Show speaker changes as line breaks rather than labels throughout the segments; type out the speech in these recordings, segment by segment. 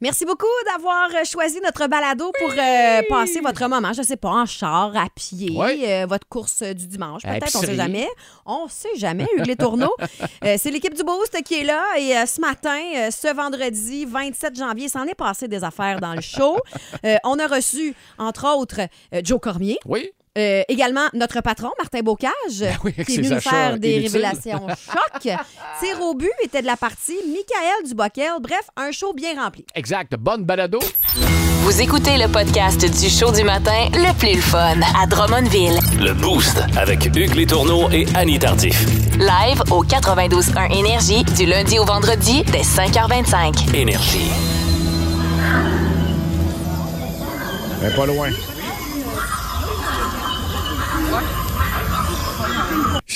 Merci beaucoup d'avoir euh, choisi notre balado pour euh, passer votre moment, je sais pas, en char, à pied,
Ouais. Eh,
euh, votre course euh, du dimanche.
À
Peut-être, on sait
l'épicerie.
jamais. On sait jamais, Hugues Les Tourneaux. Euh, C'est l'équipe du Boost qui est là. Et euh, ce matin, euh, ce vendredi 27 janvier, s'en est passé des affaires dans le show. Euh, on a reçu, entre autres, euh, Joe Cormier.
Oui.
Euh, également, notre patron, Martin Bocage,
oui, avec
qui est
ses
venu nous
achats
faire des
inutiles.
révélations choc. Tir au but était de la partie. Michael Duboquel. Bref, un show bien rempli.
Exact. Bonne balado.
Vous écoutez le podcast du show du matin le plus le fun à Drummondville.
Le Boost avec Hugues Létourneau et Annie Tardif.
Live au 92.1 Énergie du lundi au vendredi dès 5h25.
Énergie.
Mais pas loin.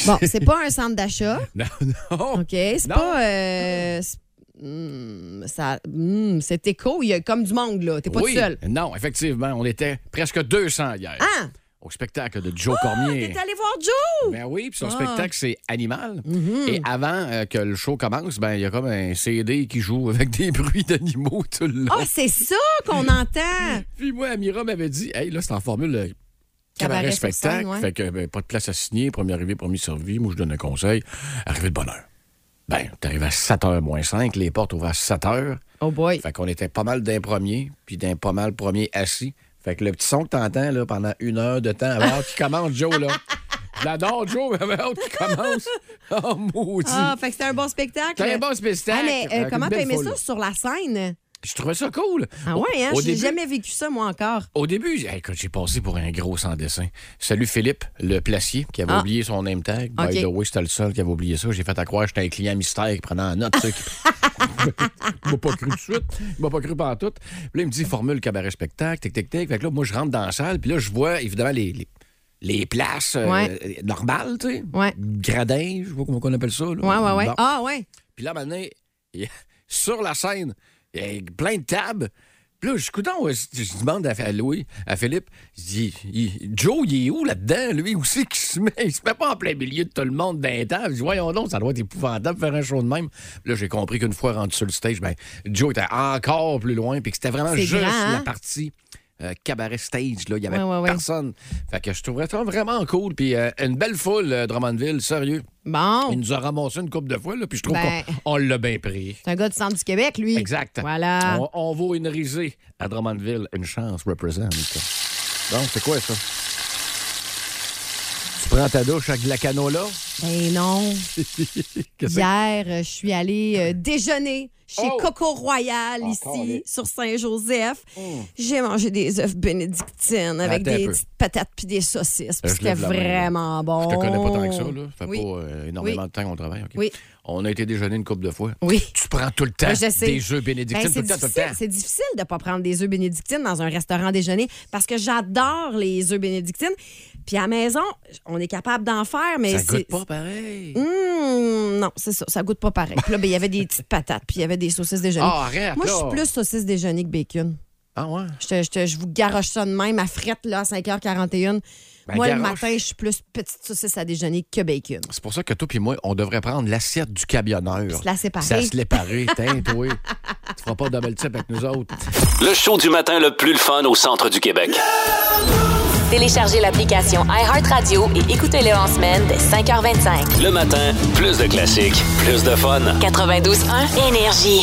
Bon, c'est pas un centre d'achat,
Non, non.
OK? C'est
Non.
pas... euh, c'est- hmm, ça, hmm, cet écho, il y a comme du monde, là. T'es pas
oui.
tout seul.
Non, effectivement, on était presque 200 hier.
Ah! Oh,
Au spectacle de Joe
T'es
Cormier.
allé voir Joe!
Ben oui, puis son
Ah. Mm-hmm.
spectacle, c'est Animal. Et avant euh, que le show commence, ben il y a comme un CD qui joue avec des bruits d'animaux tout le long.
Ah, c'est ça qu'on entend!
Puis moi, Amira m'avait dit, hey, là, c'est en formule euh, cabaret,
Cabaret sur
spectacle.
scène, ouais.
Fait que ben, pas de place à signer, premier arrivé, premier servi. Moi, je donne un conseil. Arrivé de bonne heure. Ben, t'arrives à 7h moins 5, les portes ouvrent à 7h.
Oh boy.
Fait qu'on était pas mal d'un premier, puis d'un pas mal premier assis. Fait que le petit son que t'entends là, pendant une heure de temps avant qu'il commence, Joe, là. Je l'adore, Joe, mais avant qu'il commence. Oh, maudit.
Ah, fait que c'était un bon spectacle.
C'était un bon spectacle.
Ah, mais euh,
Avec une
comment
belle
t'as aimé
foule.
ça sur la scène?
Je trouvais ça cool.
Ah
Au-
ouais, hein?
au
J'ai
début-
jamais vécu ça, moi, encore.
Au début, j'ai- écoute, j'ai passé pour un gros sans dessin. Salut Philippe, le placier, qui avait
Ah.
oublié son name tag.
OK.
By the way, c'était le seul qui avait oublié ça. J'ai fait à croire que j'étais un client mystère qui prenait en note ça. Qui... il m'a pas cru tout de suite. Il m'a pas cru pas tout. Puis là, il me dit formule cabaret spectacle, tic, tic, tic. Fait que là, moi, je rentre dans la salle, puis là, je vois évidemment les. les- les places euh,
Ouais.
normales, tu sais.
Ouais.
Gradins, je sais pas comment on appelle ça. là.
Ouais, ouais, ouais.
Bon.
Ah, ouais.
Puis là, maintenant, sur la scène, il y a plein de tables. Puis là, je coudonc, euh, je je demande à, à Louis, à Philippe, je dis, il- Joe, il est où là-dedans? Lui, où c'est qu'il se met? Il se met pas en plein milieu de tout le monde d'un temps. Je dis, voyons donc, ça doit être épouvantable de faire un show de même. Là, j'ai compris qu'une fois rendu sur le stage, ben, Joe était encore plus loin, puis que c'était vraiment
C'est
juste
grand, hein?
la partie euh, cabaret stage. Là. Il y avait
Ouais, ouais, ouais.
personne. Fait que je trouvais ça vraiment cool. Puis euh, une belle foule, euh, Drummondville, sérieux.
Bon.
Il nous a ramassé une coupe de fois, là, puis je trouve
Ben.
qu'on on l'a bien pris.
C'est un gars du centre du Québec, lui.
Exact.
Voilà.
On, on vaut une risée à Drummondville. Une chance représente. Donc, c'est quoi ça? Tu prends ta douche avec de la canola? Euh,
Ben non.
Qu'est-ce que
Hier, euh, je suis allée euh, déjeuner chez
Oh! Ah,
Coco Royal,
Encore
ici,
lui.
sur Saint-Joseph. J'ai mangé des œufs bénédictines avec
Hum. Attends un
des
peu.
petites patates puis des saucisses. puis
Euh, je
C'était
lève la main, là.
vraiment bon.
Je te connais pas tant que ça, là. Ça fait
Oui.
pas euh, énormément de temps qu'on travaille. ok?
Oui.
On a été déjeuner une couple de fois.
Oui.
Tu prends tout le temps
Ben, je sais.
des œufs
Ben,
bénédictines, tout
c'est
le temps, tout le
difficile,
temps.
c'est difficile de ne pas prendre des œufs bénédictines dans un restaurant déjeuner parce que j'adore les œufs bénédictines. Puis à la maison, on est capable d'en faire, mais
Ça goûte
c'est Mm.
pas pareil.
Mmh, non, c'est ça, ça goûte pas pareil. Puis là, ben, il y avait des petites patates, puis il y avait des saucisses déjeuner.
Ah, arrête,
Moi, je suis
là.
plus saucisse déjeuner que bacon.
Ah ouais?
Je, te- je te- je vous garoche ça de même à frette, là, à 5h41.
Ben,
moi, le
garoche.
matin, je suis plus petite saucisse à déjeuner que bacon.
C'est pour ça que toi et moi, on devrait prendre l'assiette du camionneur.
se la séparer.
Ça se l'éparer, tiens, toi. Tu feras pas double tip avec nous autres.
Le show du matin le plus le fun au centre du Québec.
Téléchargez l'application iHeartRadio et écoutez-le en semaine dès 5h25.
Le matin, plus de classiques, plus de fun.
92.1 Énergie.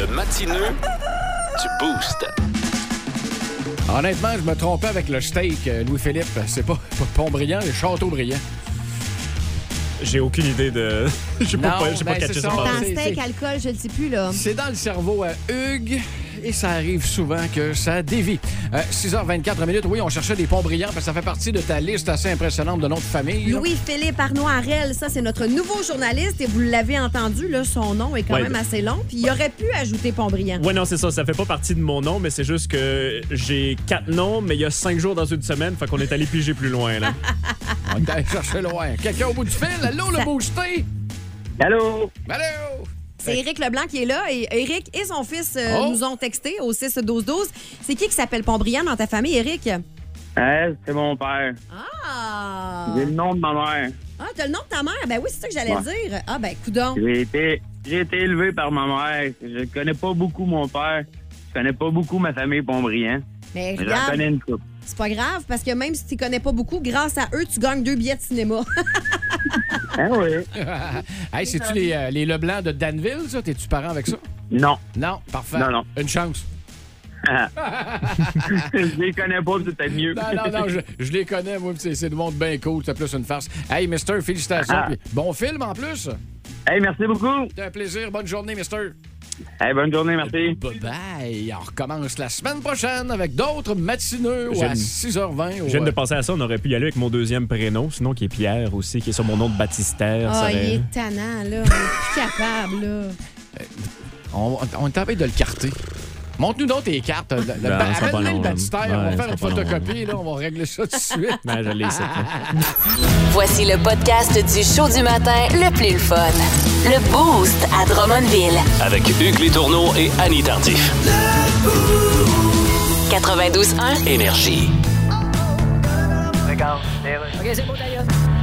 Le matineux du Boost.
Honnêtement, je me trompais avec le steak, euh, Louis-Philippe. C'est pas, pas Pont-Brillant, c'est Château-Brillant.
J'ai aucune idée de. J'ai
Non,
pas, pas, j'ai
ben,
pas
c'est
catché ça.
ça.
par-
Dans
c'est-
steak,
c'est-
alcool, je le sais plus, là.
C'est dans le cerveau à Hugues et ça arrive souvent que ça dévie. Euh, 6h24 minutes, oui, on cherchait des ponts brillants parce que ça fait partie de ta liste assez impressionnante de noms de famille. là.
Louis-Philippe Arnaud Harel, ça, c'est notre nouveau journaliste et vous l'avez entendu, là, son nom est quand
Ouais.
même assez long. Puis il aurait pu ajouter Pontbriand.
Ouais, non, c'est ça. Ça fait pas partie de mon nom, mais c'est juste que j'ai quatre noms, mais il y a cinq jours dans une semaine, fait qu'on est allé piger plus loin, là.
On est allé chercher loin. Quelqu'un au bout du fil, allô, le boosté?
Allô?
Allô?
C'est Éric Leblanc qui est là et Éric et son fils euh,
Oh!
nous ont texté au 6-12-12. C'est qui qui s'appelle Pontbriand dans ta famille, Éric?
Hein, c'est mon père.
Ah!
J'ai le nom de ma mère.
Ah, t'as le nom de ta mère? Ben oui, c'est ça que j'allais dire. Ah, ben, coudon.
J'ai été J'ai été élevé par ma mère. Je connais pas beaucoup mon père. Je connais pas beaucoup ma famille Pontbriand.
Mais
Mais j'en
regarde,
connais une couple.
c'est pas grave parce que même si tu connais pas beaucoup, grâce à eux, tu gagnes deux billets de cinéma.
Hein, oui?
hey, c'est-tu les, euh, les Leblanc de Danville, ça? T'es-tu parent avec ça?
Non.
Non, parfait.
Non, non.
Une chance.
je les connais pas, c'est peut-être mieux.
Non, non, non, je, je les connais, moi, pis c'est c'est le monde bien cool, c'est plus une farce. Hey, mister, félicitations.
Ah.
pis bon film en plus.
Hey, merci beaucoup.
C'était un plaisir. Bonne journée, mister.
Hey, bonne journée, merci.
Bye bye. On recommence la semaine prochaine avec d'autres matineux
Je
à
viens de-
6h20.
Je viens de
ouais.
penser à ça, on aurait pu y aller avec mon deuxième prénom, sinon qui est Pierre aussi, qui est sur mon nom de baptistère. ça
Ah,
aurait-
il est tannant, là. On est plus capable, là.
On, on est en train de le carter. Montre-nous donc tes cartes. Le, le-
Ben, ça sera pas
amène-le
long,
le
là.
baptistère,
Ouais,
on va
ça
faire une
sera pas long, hein.
photocopie, là, on va régler ça tout de suite.
Ben, je l'ai, cette fois.
Voici le podcast du show du matin le plus fun. Le Boost à Drummondville.
Avec Hugues Létourneau et Annie Tardif.
92.1.
Énergie.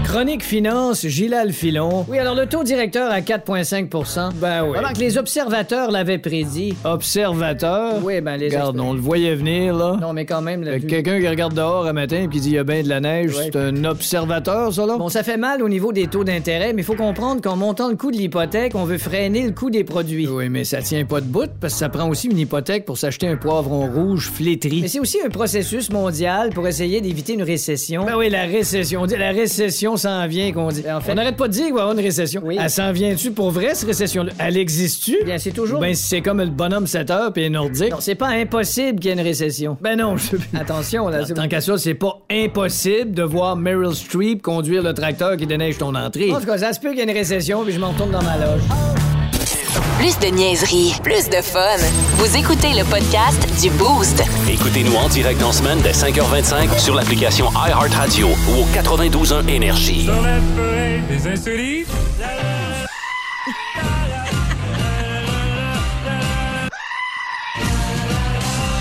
Chronique Finance, Gilal Filon. Oui, alors le taux directeur à 4,5
Ah
Ben oui. Pendant que les observateurs l'avaient prédit. Observateurs? Oui, ben les Regarde, on le voyait venir, là. Non, mais quand même, là. Quelqu'un qui regarde dehors un matin et qui dit il y a bien de la neige, c'est un observateur, ça, là? Bon, ça fait mal au niveau des taux d'intérêt, mais il faut comprendre qu'en montant le coût de l'hypothèque, on veut freiner le coût des produits. Oui, mais ça tient pas de bout parce que ça prend aussi une hypothèque pour s'acheter un poivron rouge flétri. Mais c'est aussi un processus mondial pour essayer d'éviter une récession. Ben oui, la récession. On dit la récession s'en vient, qu'on dit. Ben, En fait, on n'arrête pas de dire qu'il va y avoir une récession. Elle s'en vient-tu pour vrai, cette récession-là? Elle existe-tu? Bien, c'est toujours. Ben, si c'est comme le bonhomme 7 heures puis nordique. Non, c'est pas impossible qu'il y ait une récession. Ben non, je Attention, là. Tant qu'à ça, c'est pas impossible de voir Meryl Streep conduire le tracteur qui déneige ton entrée. En tout cas, ça se peut qu'il y ait une récession puis je m'en retourne dans ma loge.
Plus de niaiserie, plus de fun. Vous écoutez le podcast du Boost.
Écoutez-nous en direct en semaine dès 5h25 sur l'application iHeartRadio ou au 92.1 Énergie.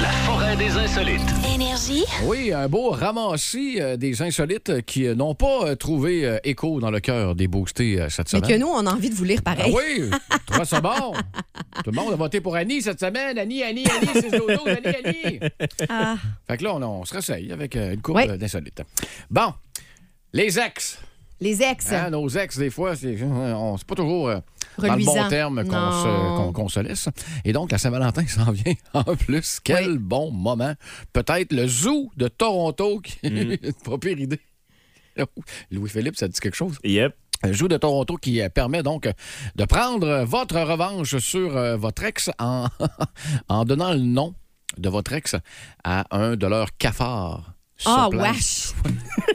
La forêt des insolites.
Énergie.
Oui, un beau ramassis euh, des insolites euh, qui euh, n'ont pas euh, trouvé euh, écho dans le cœur des boostés euh, cette
Mais
semaine.
que nous, on a envie de vous lire
Ah
pareil.
oui, trois ça bon. Tout le monde a voté pour Annie cette semaine. Annie, Annie, Annie, c'est dodo, Annie, Annie.
Ah,
Fait que là, on, on se réessaye avec euh, une coupe
Oui.
d'insolites. Bon, les ex.
les ex.
Hein, nos ex, des fois, c'est on- c'est pas toujours euh, dans le bon
Reluisant.
terme qu'on
Non.
se, qu'on- qu'on se laisse. Et donc, la Saint-Valentin s'en vient en plus. Quel bon moment. Peut-être le zoo de Toronto, qui
Mm.
est pas pire idée. Louis-Philippe, ça te dit quelque chose?
Yep.
Un Zoo de Toronto qui euh, permet donc euh, de prendre euh, votre revanche sur euh, votre ex en, en donnant le nom de votre ex à un de leurs cafards. sur
Ah,
place.
wesh!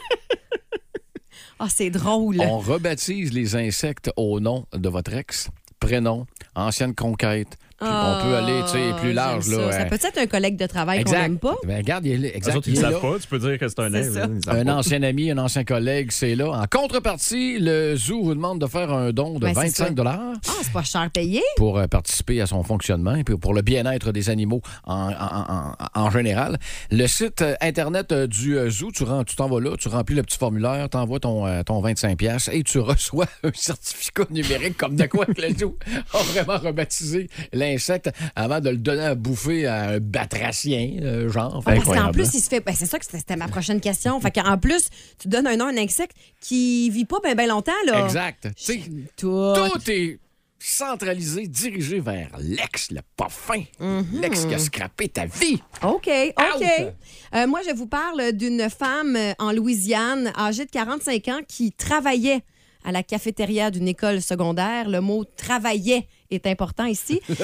Ah, c'est drôle.
On rebaptise les insectes au nom de votre ex, prénom, ancienne conquête. Puis
Ah,
on peut aller tu sais, plus large.
j'aime
Là,
Ça, Ça
hein.
peut être un collègue de travail qu'on
Exact.
n'aime pas.
Ben, regarde, il est là.
Les
Exact,
autres,
il
ils
est
le
là.
savent pas. Tu peux dire que c'est un
C'est
ex,
ça.
hein, ils le savent
Un
pas.
ancien ami, un ancien collègue, c'est là. En contrepartie, le zoo vous demande de faire un don de
Ben, c'est
25 dollars
Ah, c'est pas cher payé.
pour euh, participer à son fonctionnement et puis pour le bien-être des animaux en, en- en- en général. Le site euh, Internet euh, du euh, zoo, tu rends- tu t'en vas là, tu remplis le petit formulaire, tu envoies ton, euh, ton 25$ piastres et tu reçois un certificat numérique comme de quoi que le zoo a vraiment rebaptisé l'insecte avant de le donner à bouffer à un batracien, euh,
Ah,
genre.
parce qu'en
Incroyable, hein?
plus, il se fait. ben, c'est ça que c'était c'était ma prochaine question. Fait qu'en plus, tu donnes un nom à un insecte qui vit pas bien longtemps, là.
hein? Exact. Tu sais,
Tout.
tout est centralisé, dirigé vers l'ex, le pas fin,
Mm-hmm.
l'ex qui a scrappé ta vie.
OK, OK.
Out.
Euh, moi, je vous parle d'une femme euh, en Louisiane, âgée de 45 ans, qui travaillait à la cafétéria d'une école secondaire. Le mot travaillait est important ici euh,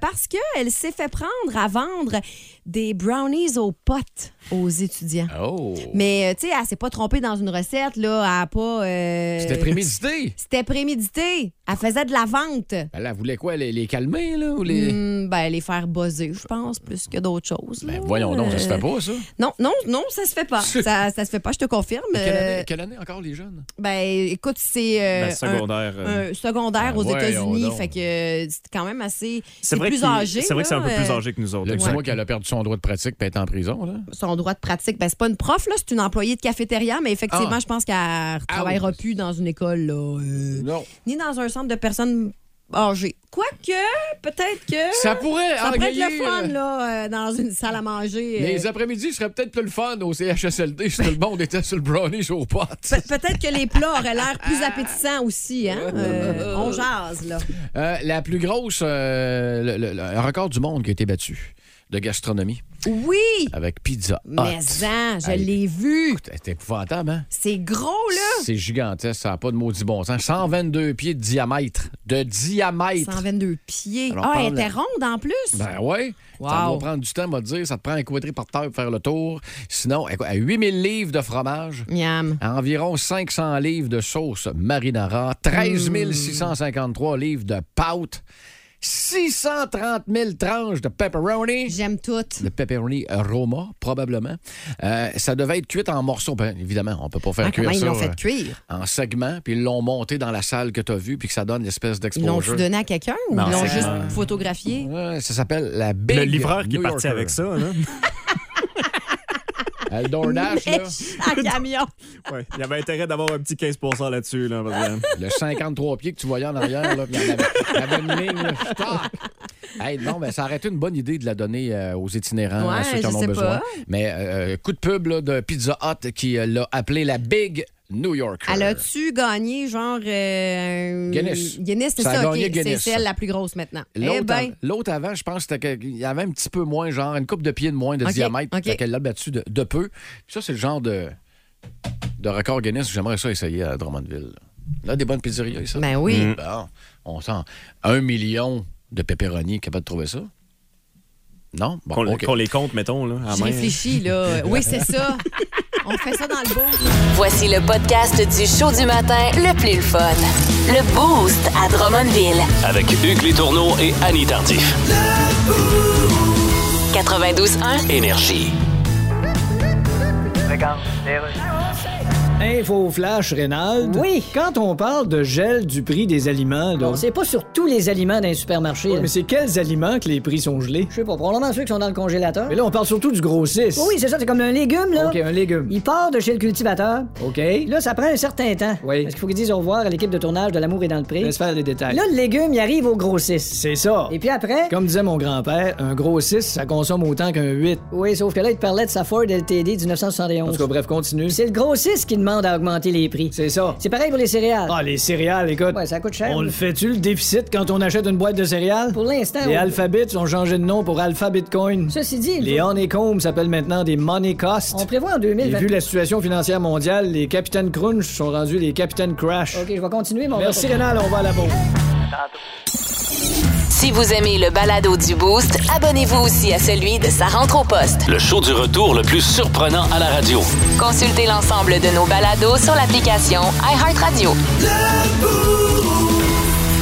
parce qu'elle s'est fait prendre à vendre des brownies aux potes aux étudiants.
Oh!
Mais, euh, tu sais, elle s'est pas trompée dans une recette, là. Elle a pas. euh,
C'était prémédité.
C'était prémédité. Elle faisait de la vente.
Ben Elle, elle voulait quoi? Les, les calmer, là? Ou les...
Hmm, ben, les faire buzzer, je pense, plus que d'autres choses. là.
Ben, voyons donc, ça se fait pas, ça.
Non, non, non, ça se fait pas. ça, ça se fait pas, je te confirme.
Quelle,
Euh,
année, quelle année encore, les jeunes?
ben, écoute, c'est euh,
Ben, secondaire.
un,
euh,
un secondaire
Ben,
aux
voyons
États-Unis,
donc.
fait que euh, c'est quand même assez.
C'est vrai
plus
qu'il-
âgé.
C'est vrai que c'est un
là,
peu plus
euh,
âgé que nous autres.
Là,
exact.
dis-moi qu'elle a perdu son droit de pratique et est en prison, là.
Son droit de pratique, ben, c'est pas une prof, là, c'est une employée de cafétéria, mais effectivement,
Ah.
je pense qu'elle travaillera
Ouch.
plus dans une école, là, euh,
Non.
ni dans un centre de personnes âgées. Quoique, peut-être que.
Ça pourrait
Ça pourrait être le
enrayer,
fun,
euh,
là, euh, dans une salle à manger. euh,
Les après-midi seraient peut-être plus le fun au CHSLD si tout le monde était sur le brownie aux potes.
Pe- Peut-être que les plats auraient l'air plus appétissants aussi, hein? Euh, on jase, là.
Euh, la plus grosse, euh, le, le- le record du monde qui a été battu de gastronomie
Oui!
avec Pizza Hut.
Mais ça, je
Ah. Hey,
l'ai vu.
C'est épouvantable, hein?
C'est gros, là.
C'est gigantesque, ça n'a pas de maudit bon sens. 122 pieds de diamètre. De diamètre!
122 pieds.
Alors,
Ah,
parle-
elle était ronde en plus.
Ben ouais.
Wow.
Ça va prendre du temps, m'a dire. Ça te prend un quadri par terre pour faire le tour. Sinon, écoute, à 8000 livres de fromage,
Miam.
à environ 500 livres de sauce marinara, 13 653 livres de pâtes, 630 000 tranches de pepperoni.
J'aime tout.
Le pepperoni Roma, probablement. Euh, ça devait être cuit en morceaux. Ben, évidemment, on peut pas faire
Ah,
cuire
comment ils
ça
l'ont
euh,
fait cuire?
en segments, puis ils l'ont monté dans la salle que tu as vue, puis que ça donne l'espèce
Ils l'ont-tu
d'exposure.
donné à quelqu'un ou
Non,
ils l'ont
c'est-
juste photographié?
Ouais, ça s'appelle la Big
Le livreur qui est
New
parti
Yorker.
avec ça, là.
Euh, Le DoorDash, là,
À camion.
Ouais. Il y avait intérêt d'avoir un petit 15 là-dessus, là. parce que-
le 53 pieds que tu voyais en arrière, là, puis il y en avait, il y avait une ligne. là, stock. Hey, non, mais ça aurait été une bonne idée de la donner euh, aux itinérants, à
Ouais,
ceux qui
je
en ont
sais
besoin.
pas.
Mais euh, coup de pub là, de Pizza Hut qui euh, l'a appelé la Big New Yorker.
Elle a-tu gagné, genre. euh, un-
Guinness.
Guinness, c'est
Ça a
ça, ok.
gagné
C'est
Guinness.
celle la plus grosse maintenant. Eh
L'autre
ben,
av- l'autre avant, je pense que c'était que- il y avait un petit peu moins, genre une coupe de pied de moins de
Ok,
diamètre.
ok.
Fait qu'elle l'a battu de, de peu. Puis ça, c'est le genre de, de record Guinness que j'aimerais ça essayer à Drummondville. Là, des bonnes pizzerias, ça.
Ben oui. Mm.
Bon, on sent un million de pepperoni capable de trouver ça. Non? Bon,
Qu'on
OK.
qu'on les compte, mettons, là.
Ah,
à
je
main.
réfléchis, là. Oui, c'est ça. On fait ça dans le beau.
Voici le podcast du show du matin le plus le fun. Le Boost à Drummondville.
Avec Hugues Létourneau et Annie Tardif.
92.1.
Énergie.
Info flash, Reynald. Oui. Quand on parle de gel du prix des aliments, là. C'est pas sur tous les aliments d'un supermarché. mais c'est quels aliments que les prix sont gelés? Je sais pas, probablement ceux qui sont dans le congélateur. Mais là, on parle surtout du grossiste. Oui, c'est ça, c'est comme un légume, là. OK, un légume. Il part de chez le cultivateur. OK. Là, ça prend un certain temps. Oui. Parce qu'il faut qu'ils disent au revoir à l'équipe de tournage de L'amour et dans le prix. Laisse faire les détails. Là, le légume, il arrive au grossiste. C'est ça. Et puis après. Comme disait mon grand-père, un grossiste, ça consomme autant qu'un 8. Oui, sauf que là, il te parlait de sa Ford LTD 1971. En tout cas, bref, continue. C'est le grossiste qui demande à augmenter les prix. C'est ça. C'est pareil pour les céréales. Ah, les céréales, écoute. Ouais, ça coûte cher. On le fait-tu, le déficit, quand on achète une boîte de céréales? Pour l'instant, Les Alphabets ont changé de nom pour Alpha Bitcoin. Ceci dit, les Honeycomb s'appellent maintenant des Money Cost. On prévoit en 2020. Et vu la situation financière mondiale, les Capitaines Crunch sont rendus les Capitaines Crash. OK, je vais continuer, mon Merci, Rénal, on va à la pause.
Si vous aimez le balado du Boost, abonnez-vous aussi à celui de sa rentre au poste.
Le show du retour le plus surprenant à la radio.
Consultez l'ensemble de nos balados sur l'application iHeartRadio.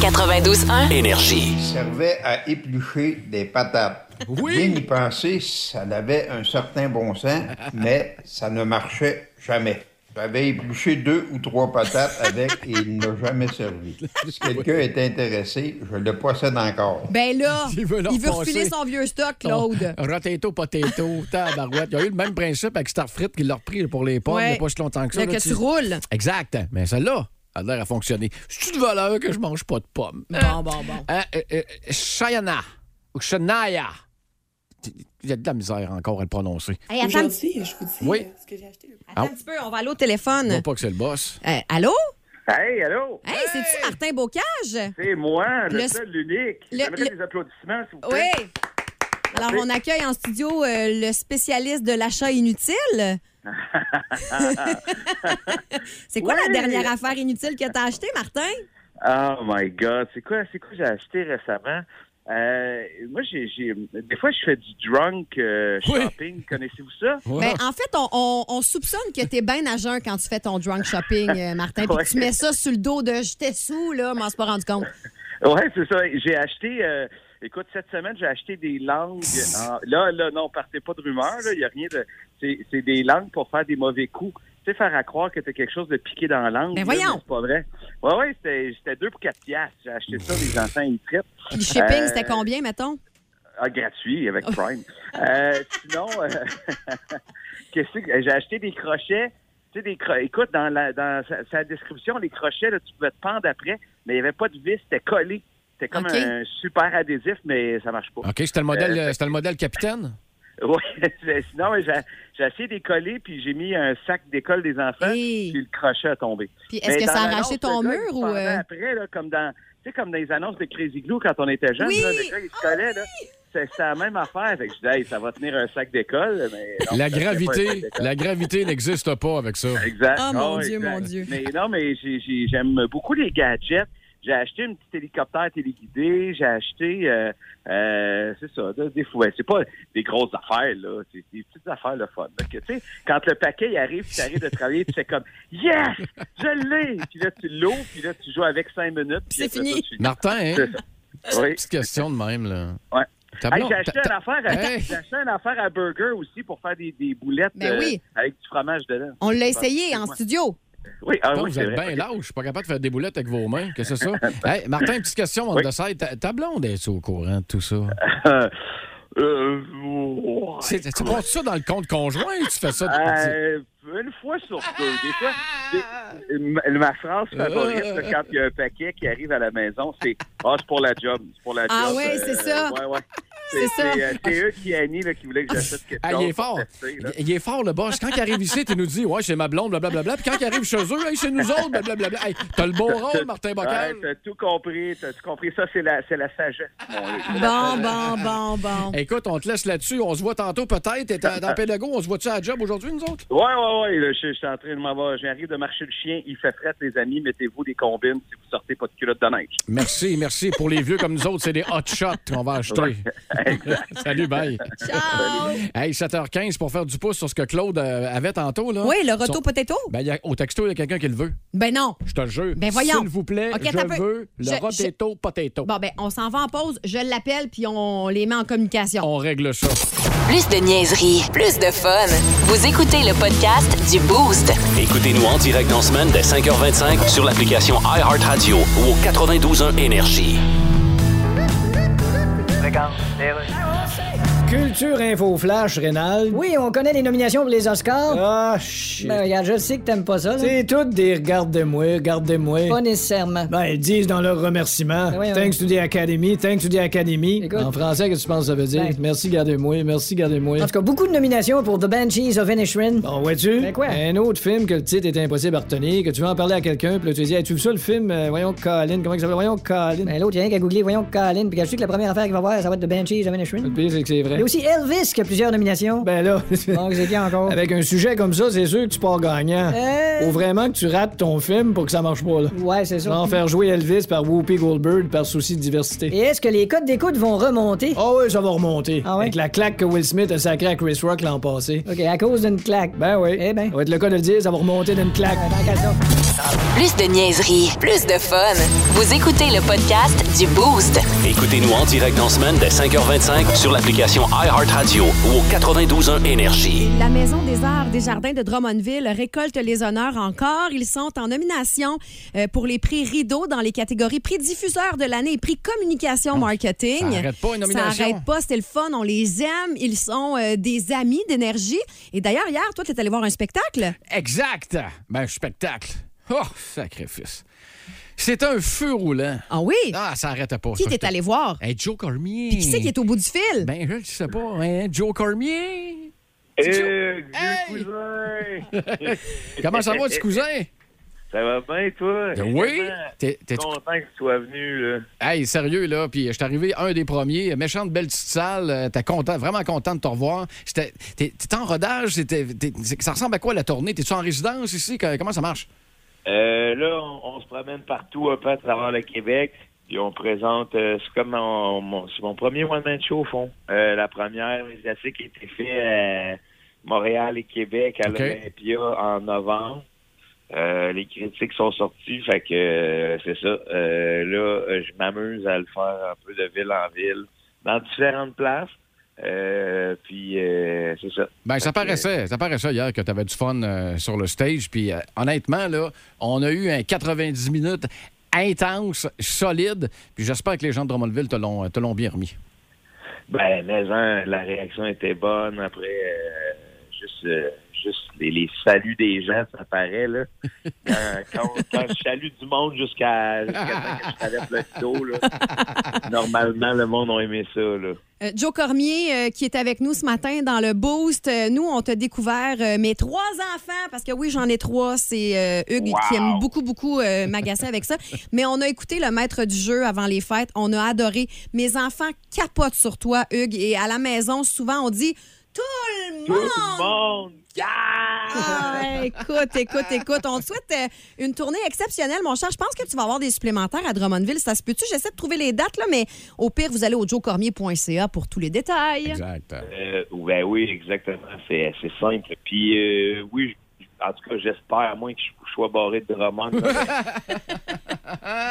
92.1.
Énergie.
servait à éplucher des patates. Bien y penser, ça avait un certain bon sens, mais ça ne marchait jamais. J'avais épluché deux ou trois patates avec et il n'a jamais servi. Si quelqu'un est intéressé, je le possède encore.
Ben là, il
Il
veut,
veut Oh. leur passer.
refiler son vieux stock, Claude.
Rotato, potato, tabarouette. Il y a eu le même principe avec Starfrit qui l'a repris pour les pommes,
Ouais.
il n'y a pas si longtemps que ça.
Là,
là,
que tu roules.
Exact. Mais celle-là, elle a l'air à fonctionner. C'est-tu de valeur que je mange pas de pommes?
Bon, bon, bon.
Euh, euh, euh, Shayana ou Shania. Il y a de la misère encore à le prononcer.
Hey, attends, un petit-
Oui,
attends un petit peu, on va aller au téléphone.
je vois Ah. pas que c'est le boss.
Euh, allô?
Hey, allô?
Hey, c'est-tu Martin Bocage?
C'est moi, le,
Le-
seul, l'unique.
le-
J'aimerais
le-
des applaudissements, s'il vous
Oui.
plaît.
Alors, on accueille en studio euh, le spécialiste de l'achat inutile. c'est quoi la
Oui.
dernière affaire inutile que t'as achetée, Martin?
Oh my God, c'est quoi, c'est quoi que j'ai acheté récemment? Euh, moi, j'ai, j'ai- des fois, je fais du drunk euh,
Oui.
shopping. Connaissez-vous ça?
Ouais.
Ben, en fait, on, on- on soupçonne que t'es bien à jeun quand tu fais ton drunk shopping, euh, Martin. Puis
Ouais.
tu mets ça sur le dos de j'étais sous, là, m'en suis pas rendu compte.
Ouais, c'est ça. J'ai acheté, euh, écoute, cette semaine, j'ai acheté des langues. en- là, là, non, partez pas de rumeurs, là. Il y a rien de. C'est, c'est des langues pour faire des mauvais coups. Tu sais, faire à croire que t'as quelque chose de piqué dans la langue.
Ben
là,
voyons.
mais C'est pas vrai. Ouais, ouais, c'était, c'était deux pour quatre piastres. J'ai acheté ça, les enfants, ils trippent.
Puis le shipping,
Euh,
c'était combien, mettons?
Ah, gratuit avec Prime. Euh, sinon, euh, qu'est-ce que euh, j'ai acheté des crochets. Tu sais, des cro- écoute, dans, la, dans sa, sa description, les crochets, là, tu pouvais te pendre après, mais il n'y avait pas de vis, c'était collé. C'était comme
OK.
un super adhésif, mais ça marche pas.
OK, c'était le modèle,
Euh,
euh, c'était le modèle capitaine?
Ah.
Oui, sinon, j'ai j'ai essayé de les coller, puis j'ai mis un sac d'école des enfants,
Hey.
puis le crochet a tombé.
Puis est-ce
Mais
que
dans
ça a
l'annonce,
arraché ton
le gars, il
mur
se
ou,
pendait
euh?
Après, là, comme dans, tu sais, comme dans les annonces de Crazy Glue quand on était jeune,
Oui! Ah
là, le gars, il se collait, là. C'est c'est la même affaire. Fait que je dis, Hey, ça va tenir un sac d'école, mais. non,
la
ça tenait pas un sac
gravité,
d'école.
la gravité n'existe pas avec ça.
Exact.
Ah, mon
Ah,
Dieu,
exact.
mon Dieu.
Mais non, mais j'ai- j'ai- j'aime beaucoup les gadgets. J'ai acheté un petit hélicoptère téléguidé. J'ai acheté, euh, euh, c'est ça, là, des fouets. C'est pas des grosses affaires, là. C'est des petites affaires, le fun. Fait que, tu sais, quand le paquet il arrive, tu arrives de travailler, tu fais comme « Yes! Je l'ai! » Puis là, tu l'ouvres, puis là, tu joues avec cinq minutes. puis
C'est
après
fini.
ça, tu finis.
Martin, hein?
C'est ça. Oui.
petite question de même, là.
Ouais.
Ta
Hey,
blonde-
j'ai acheté,
ta- ta-
une affaire à-
Hey.
j'ai acheté une affaire à Burger aussi pour faire des, des boulettes
Ben
euh,
oui.
avec du fromage dedans.
On l'a essayé en
Ouais.
studio.
Oui, ah,
Attends,
oui,
vous
c'est
êtes
vrai.
bien lâche. Je suis pas capable de faire des boulettes avec vos mains. Qu'est-ce que c'est ça? Hey, Martin, petite question on
Oui.
the side. Ta, ta blonde est au courant de tout ça?
Euh, euh, oh,
C'est- tu comptes ça dans le compte conjoint ou tu fais ça?
euh, une fois sur deux. Des fois, des-
Ah.
ma, ma phrase favorite
Euh.
là, quand il y a un paquet qui arrive à la maison, c'est Ah, c'est pour la job. C'est pour la
Ah
job. euh,
ouais, c'est ça.
ouais, ouais.
C'est ça.
euh, c'est eux qui Annie là, qui voulaient que j'achète quelque
Ah,
chose.
il est
pour
fort.
tester, là.
Il- Il est fort, le boss. Quand il arrive ici, tu nous dis, ouais, c'est ma blonde, blablabla. Puis quand il arrive chez eux, hey, chez nous autres, blablabla. Hey, t'as le bon rôle, Martin Bocal.
Ouais, t'as tout compris, t'as tout compris. Ça, c'est la, c'est la sagesse. mon Dieu.
Bon, bon, bon, bon.
Écoute, on te laisse là-dessus. On se voit tantôt peut-être. T'es à- dans Pédago. On se voit-tu à la job aujourd'hui, nous autres?
Ouais, ouais, ouais. là, je je suis en train de m'en voir. J'arrive de marcher le chien. Il fait frette, les amis. Mettez-vous des combines si vous sortez pas de culotte de neige.
Merci, merci. Pour les vieux comme nous autres, c'est des hot shots qu'on va acheter. Salut, bye.
Ciao!
Hey, 7h15 pour faire du pouce sur ce que Claude euh, avait tantôt. Là.
Oui, le retour
Son-
potato?
Ben, il y a- au texto, il y a quelqu'un qui le veut.
Ben non.
Je te le jure.
Ben, voyons.
S'il vous plaît,
Ok,
je
attends un peu.
veux le
Je- je-
roteto potato.
Bon, ben, on s'en va en pause. Je l'appelle, puis on les met en communication.
On règle ça.
Plus de niaiserie, plus de fun. Vous écoutez le podcast du Boost.
Écoutez-nous en direct dans la semaine dès 5h25 sur l'application iHeartRadio ou au 92.1 Énergie.
Culture info flash, Rénal. Oui, on connaît les nominations pour les Oscars. Ah, shit. Ben, regarde, je sais que t'aimes pas ça. C'est toutes des regarde-moi, regarde-moi. Pas Ben, nécessairement. Ben, ils disent dans leurs remerciements. thanks to the Academy, thanks to the Academy. En français, qu'est-ce que tu penses que ça veut dire? merci, gardez-moi, merci, gardez-moi. Ben. En tout cas, beaucoup de nominations pour The Banshees of Inisherin. Bon, vois-tu? Ben quoi? Un autre film que le titre était impossible à retenir, que tu veux en parler à quelqu'un, puis là, tu dis, hey, tu veux ça le film? Euh, voyons, Colin, comment il s'appelle? Voyons, Colin. Ben, l'autre, il y a rien qu'à googler, voyons, Colin, puis que la première affaire qu'il va voir, ça va être The Banshees of Inisherin. Le pire, c'est que c'est vrai. Il y a aussi Elvis qui a plusieurs nominations. Euh, Ben là. Donc, c'est qui encore? Avec un sujet comme ça, c'est sûr que tu pars gagnant. Faut vraiment que tu rates ton film pour que ça marche pas, là. Euh. Ouais, c'est ça. Sans faire jouer Elvis par Whoopi Goldberg par souci de diversité. Et Ah est-ce que les codes d'écoute vont remonter? Ah oui, ça va remonter. Avec la claque que Will Smith a sacrée à Chris Rock l'an passé. OK, à cause d'une claque. Ben oui. Eh ben. Ça va être le cas de le dire, ça va remonter d'une claque.
Plus de niaiserie, plus de fun. Vous écoutez le podcast du Boost.
Écoutez-nous en direct dans la semaine dès 5h25 sur l'application iHeartRadio ou au 92.1 Énergie.
La Maison des Arts des Jardins de Drummondville récolte les honneurs encore. Ils sont en nomination euh, pour les prix Rideau dans les catégories prix diffuseur de l'année et prix communication marketing.
Oh, ça arrête pas, une nomination.
Ça arrête pas, c'était le fun, on les aime. Ils sont euh, des amis d'énergie. Et d'ailleurs, hier, toi, tu es allé voir un spectacle.
Exact. Ben, spectacle. Oh, sacrifice. C'est un feu roulant.
Ah oui?
Ah, ça arrêtait pas.
qui
ça,
t'es
j'étais-
allé voir?
Hey, Joe Cormier.
Puis qui c'est qui est au bout du fil?
Ben, je le sais pas. hein, Joe Cormier.
Eh, vieux
Hey!
cousin!
Comment ça va, petit cousin?
Ça va bien, toi?
Ben oui. T'es-
Je
t'es-
suis content que tu sois venu, là.
Hey, sérieux, là. Puis je suis arrivé un des premiers. Méchante belle petite salle. euh, T'es content, vraiment content de te revoir. J'étais- T'es t'es en rodage. c'était- t'es- c'est- ça ressemble à quoi la tournée? T'es-tu en résidence ici? Que- Comment ça marche?
Euh, là, on, on se promène partout un peu à travers le Québec. Puis on présente, euh, c'est comme mon, mon- c'est mon premier one-man show au fond. Euh, la première médiatique qui a été faite à Montréal et Québec à
OK.
l'Olympia en novembre. Euh, les critiques sont sorties, fait que euh, c'est ça. Euh, là, euh, je m'amuse à le faire un peu de ville en ville, dans différentes places. Euh, puis euh, c'est ça.
Ben, ça paraissait, ça paraissait hier que tu avais du fun euh, sur le stage. Puis euh, honnêtement, là, on a eu un 90 minutes intense, solide. Puis j'espère que les gens de Drummondville te l'ont te l'ont bien remis.
Ben, mais hein, la réaction était bonne. Après, euh,
juste, euh, juste les, les saluts des gens, ça paraît, là. Quand, quand- quand je salue du monde jusqu'à jusqu'à temps que je traverse le dos, là, normalement, le monde a aimé ça, là.
Euh, Joe Cormier, euh, qui est avec nous ce matin dans le Boost. Euh, nous, on t'a découvert euh, mes trois enfants, parce que oui, j'en ai trois. C'est euh, Hugues qui aime beaucoup, beaucoup euh, m'agacer avec ça. Mais on a écouté le maître du jeu avant les fêtes. On a adoré. Mes enfants capotent sur toi, Hugues. Et à la maison, souvent, on dit Tout le
Tout
monde!
le monde!
Ah, écoute, écoute, écoute. On te souhaite euh, une tournée exceptionnelle, mon cher. Je pense que tu vas avoir des supplémentaires à Drummondville. Ça se peut-tu? J'essaie de trouver les dates, là, mais au pire, vous allez au joecormier.ca pour tous les détails.
Exact.
Euh, ben oui, exactement. C'est c'est simple. Puis euh, oui, je- en tout cas, j'espère, à moins que je, je sois barré de romans.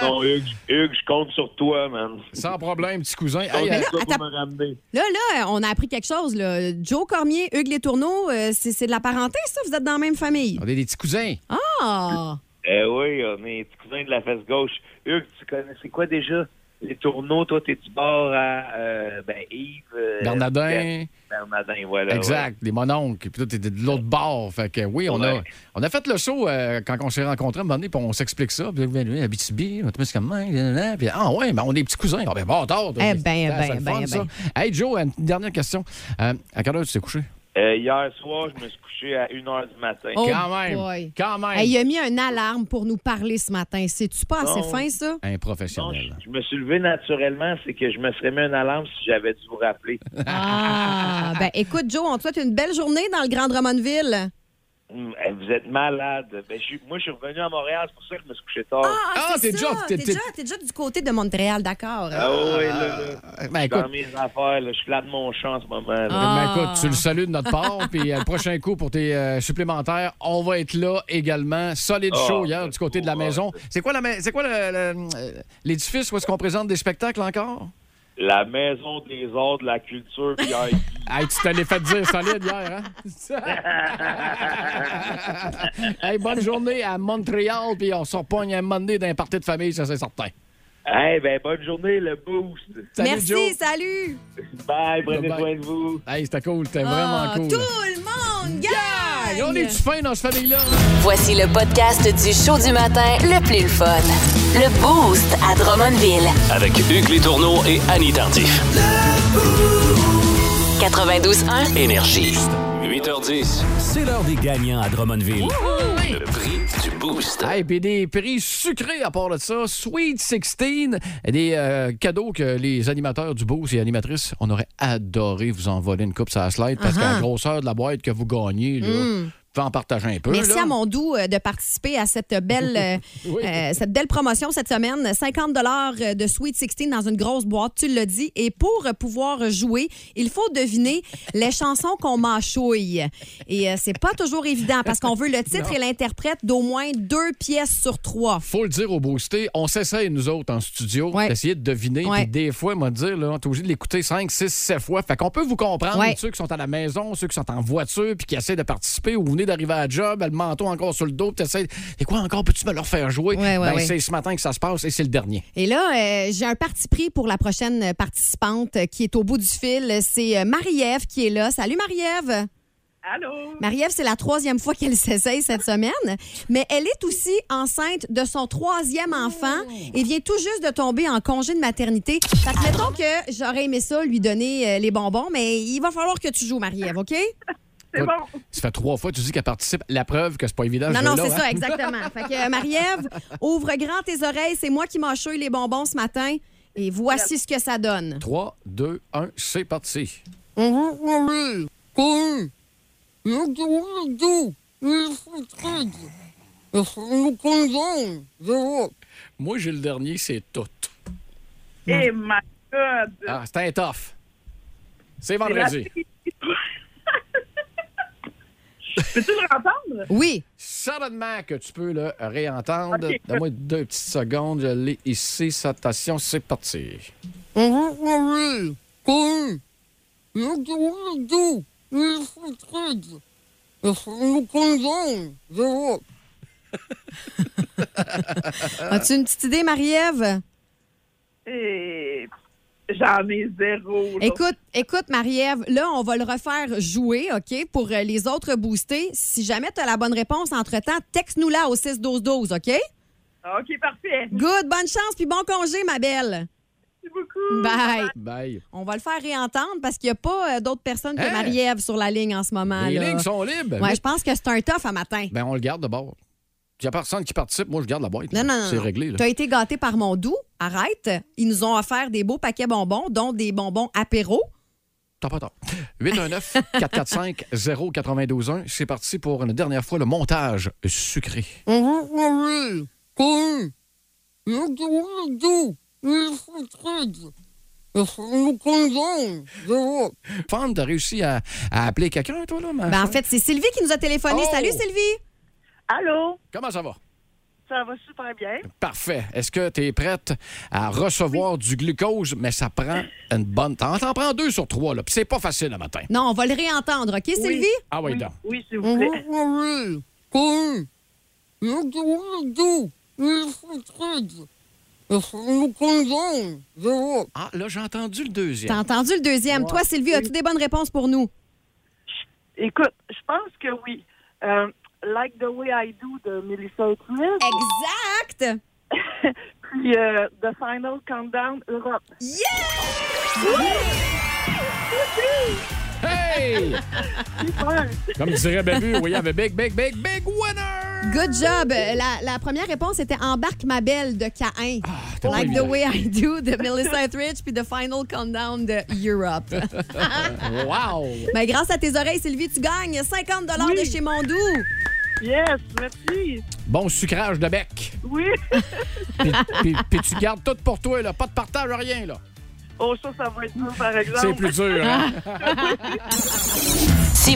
non, Hugues, Hugues, je compte sur toi, man.
Sans problème, petit cousin. Hey,
Oh,
euh,
Mais là,
Toi, pour
attends.
me ramener.
Là, là, on a appris quelque chose. Là. Joe Cormier, Hugues Les Tourneaux, euh, c'est c'est de la parenté, ça? Vous êtes dans la même famille?
on est des petits cousins.
Ah!
Eh oui, on est petits cousins de la fesse gauche. Hugues, tu connais, c'est quoi déjà? Les tourneaux, toi, t'es du bord à euh, ben, Yves. euh,
Bernardin.
Bernardin, voilà. Ah ouais.
Exact, les mononcles. Puis toi, t'étais de l'autre bord. Fait que oui, on, a,
Ouais.
on a fait le show euh, quand on s'est rencontrés un moment donné, puis on s'explique ça. Puis ben, lui, Abitibi, on est comme Puis ah ouais, ben, on est petits cousins. Ah ben, bon, tard.
Eh ben,
Ah, c'est le
ben,
fun,
ben,
ça.
ben.
Hey Joe, une dernière question. Euh, à quelle heure tu t'es couché?
Euh, hier soir, je me suis couché à 1h du matin.
Oh
quand même.
boy.
Quand même.
Hey, il a mis un alarme pour nous parler ce matin. C'est-tu pas assez
Non.
fin, ça?
Un
Non,
professionnel.
je, je me suis levé naturellement, c'est que je me serais mis une alarme si j'avais dû vous rappeler.
Ah! ben, écoute, Joe, on te souhaite une belle journée dans le Grand Drummondville.
Hum, eh, Vous êtes malade. Ben, je suis- moi, je suis revenu à Montréal, c'est pour ça que je me suis couché tard.
Ah,
Ah,
c'est
t'es
ça.
déjà-
T'es
t'es-
déjà, t'es déjà du côté de Montréal, d'accord.
Ah oui, là, là.
ben, écoute,
Dans mes affaires, là, je suis là de mon champ en ce moment. là.
Ben,
Ah.
écoute, tu le salues de notre part. Puis euh, le prochain coup pour tes euh, supplémentaires, on va être là également. Solide
Ah,
show hier du
c'est
côté de la
cool,
maison. C'est quoi la ma- c'est quoi le- le- euh, l'édifice où est-ce qu'on présente des spectacles encore?
La maison des arts, de la culture, puis aïe.
Hey, tu t'allais fait dire solide hier, hein? hey, bonne journée à Montréal, puis on se repogne un Monday d'un party de famille, ça c'est certain.
Eh ben, bonne journée, le boost.
Salut,
Merci,
Joe.
salut!
Bye, prenez
Bye-bye.
soin de vous.
Hey, c'était cool, c'était
Ah,
vraiment cool.
Tout le monde gagne!
Hey, on est-tu fin dans cette famille-là? hein?
Voici le podcast du show du matin le plus le fun. Le Boost à Drummondville.
Avec Hugues Létourneau et Annie Tardif.
92.1.
Énergie. 8h10, c'est l'heure des gagnants à Drummondville. Le prix du boost.
Hey, puis des prix sucrés à part de ça. Sweet 16, des euh, cadeaux que les animateurs du Beauce et animatrices, on aurait adoré vous envoler une coupe sur la slide
Ah
parce qu'à la grosseur de la boîte que vous gagnez, là, faut en partager un peu.
Hmm. Merci
là.
à Mondou euh, de participer à cette belle, euh,
Oui.
euh, cette belle promotion cette semaine. 50 euh, de Sweet 16 dans une grosse boîte, tu l'as dit. Et pour euh, pouvoir jouer, il faut deviner les chansons qu'on mâchouille. Et euh, c'est pas toujours évident parce qu'on veut le titre et l'interprète d'au moins deux pièces sur trois.
Faut le dire au boosté, on s'essaye nous autres en studio
Ouais.
d'essayer de deviner.
Ouais.
Puis des fois, moi dire, là, on est obligé de l'écouter 5, 6, 7 fois. Fait qu'on peut vous comprendre,
Ouais.
ceux qui sont à la maison, ceux qui sont en voiture, puis qui essaient de participer, ou vous venez d'arriver à la job, le menton encore sur le dos, puis t'essayes. Et quoi encore, peux-tu me leur faire jouer?
Ouais, ouais,
Ben,
ouais.
C'est ce matin que ça se passe et c'est le dernier.
Et là, euh, j'ai un parti pris pour la prochaine participante euh, qui est au bout du fil. C'est euh, Marie-Ève qui est là. Salut Marie-Ève!
Allô?
Marie-Ève, c'est la troisième fois qu'elle s'essaye cette semaine, mais elle est aussi enceinte de son troisième enfant et vient tout juste de tomber en congé de maternité. Fait que mettons que j'aurais aimé ça, lui donner euh, les bonbons, mais il va falloir que tu joues, Marie-Ève, OK?
C'est
Ouais.
bon.
Ça fait trois fois que tu dis qu'elle participe. La preuve que c'est pas évident.
Non,
ce
non,
jeu-là,
c'est
hein?
ça, exactement. Fait que euh, Marie-Ève, ouvre grand tes oreilles, c'est moi qui mâchouille les bonbons ce matin et voici ce que ça donne.
3, 2, 1, c'est parti. Moi, j'ai le dernier, c'est tout.
Eh, my God!
Ah, c'est un tough.
C'est
C'est
la
vendredi.
fille. Peux-tu le entendre?
Oui,
Certainement que tu peux le réentendre.
Ok.
Donne-moi deux petites secondes. Je l'ai ici. Satation, c'est parti.
as-tu une petite idée, Marie-Ève?
Eh, J'en ai zéro. là.
Écoute, écoute, Marie-Ève, là, on va le refaire jouer, OK, pour euh, les autres boostés. Si jamais tu as la bonne réponse entre-temps, texte-nous-la au 6-12-12, OK?
OK, parfait.
Good, bonne chance, puis bon congé, ma belle.
Merci beaucoup.
Bye.
Bye.
On va le faire réentendre parce qu'il n'y a pas euh, d'autres personnes que
Hein?
Marie-Ève sur la ligne en ce moment.
Les
là.
lignes sont libres.
Ouais, je pense que c'est un tough à matin.
Ben, on le garde de bord. Il n'y a personne qui participe. Moi, je garde la boîte.
Non, non,
là.
non.
C'est réglé.
Tu
Là.
as été gâté par mon doux. Arrête. Ils nous ont offert des beaux paquets bonbons, dont des bonbons apéro.
T'as pas tort. 819-445-0921. C'est parti pour une dernière fois le montage sucré. Femme, t'as réussi à, à appeler quelqu'un, toi, là? ma
Ben, en
chère?
fait, c'est Sylvie qui nous a téléphoné.
Uh-huh. Oh!
Salut, Sylvie.
Allô?
Comment ça va?
Ça va super bien.
Parfait. Est-ce que tu es prête à recevoir du glucose, mais ça prend une bonne temps? T'en prends deux sur trois, là, puis c'est pas facile le matin.
Non, on va le réentendre, OK, Sylvie?
Ah oui, donc.
Oui, s'il vous plaît.
Ah, là, j'ai entendu le deuxième.
T'as entendu le deuxième. Toi, Sylvie, as-tu des bonnes réponses pour nous?
Écoute, je pense que oui. Euh, like the way I do de Melissa O'Toole,
Exact!
puis euh, The Final Countdown Europe.
Hey!
Super.
Comme dirait Babu, oui, il y avait Big, Big, Big, Big Winner!
Good job! Euh, La, la première réponse était Embarque ma belle de Caïn.
Ah, t'as
like
pas
the
eu.
way I do de Melissa Etheridge puis The Final Countdown de Europe.
Wow!
Mais grâce à tes oreilles, Sylvie, tu gagnes 50 de chez Mondou.
yes, merci.
Bon sucrage de bec.
Oui.
Puis, puis- puis tu gardes tout pour toi, là. Pas de partage, rien, là.
Oh, ça, ça va être dur, par exemple.
C'est plus dur, hein?
Ah.
Si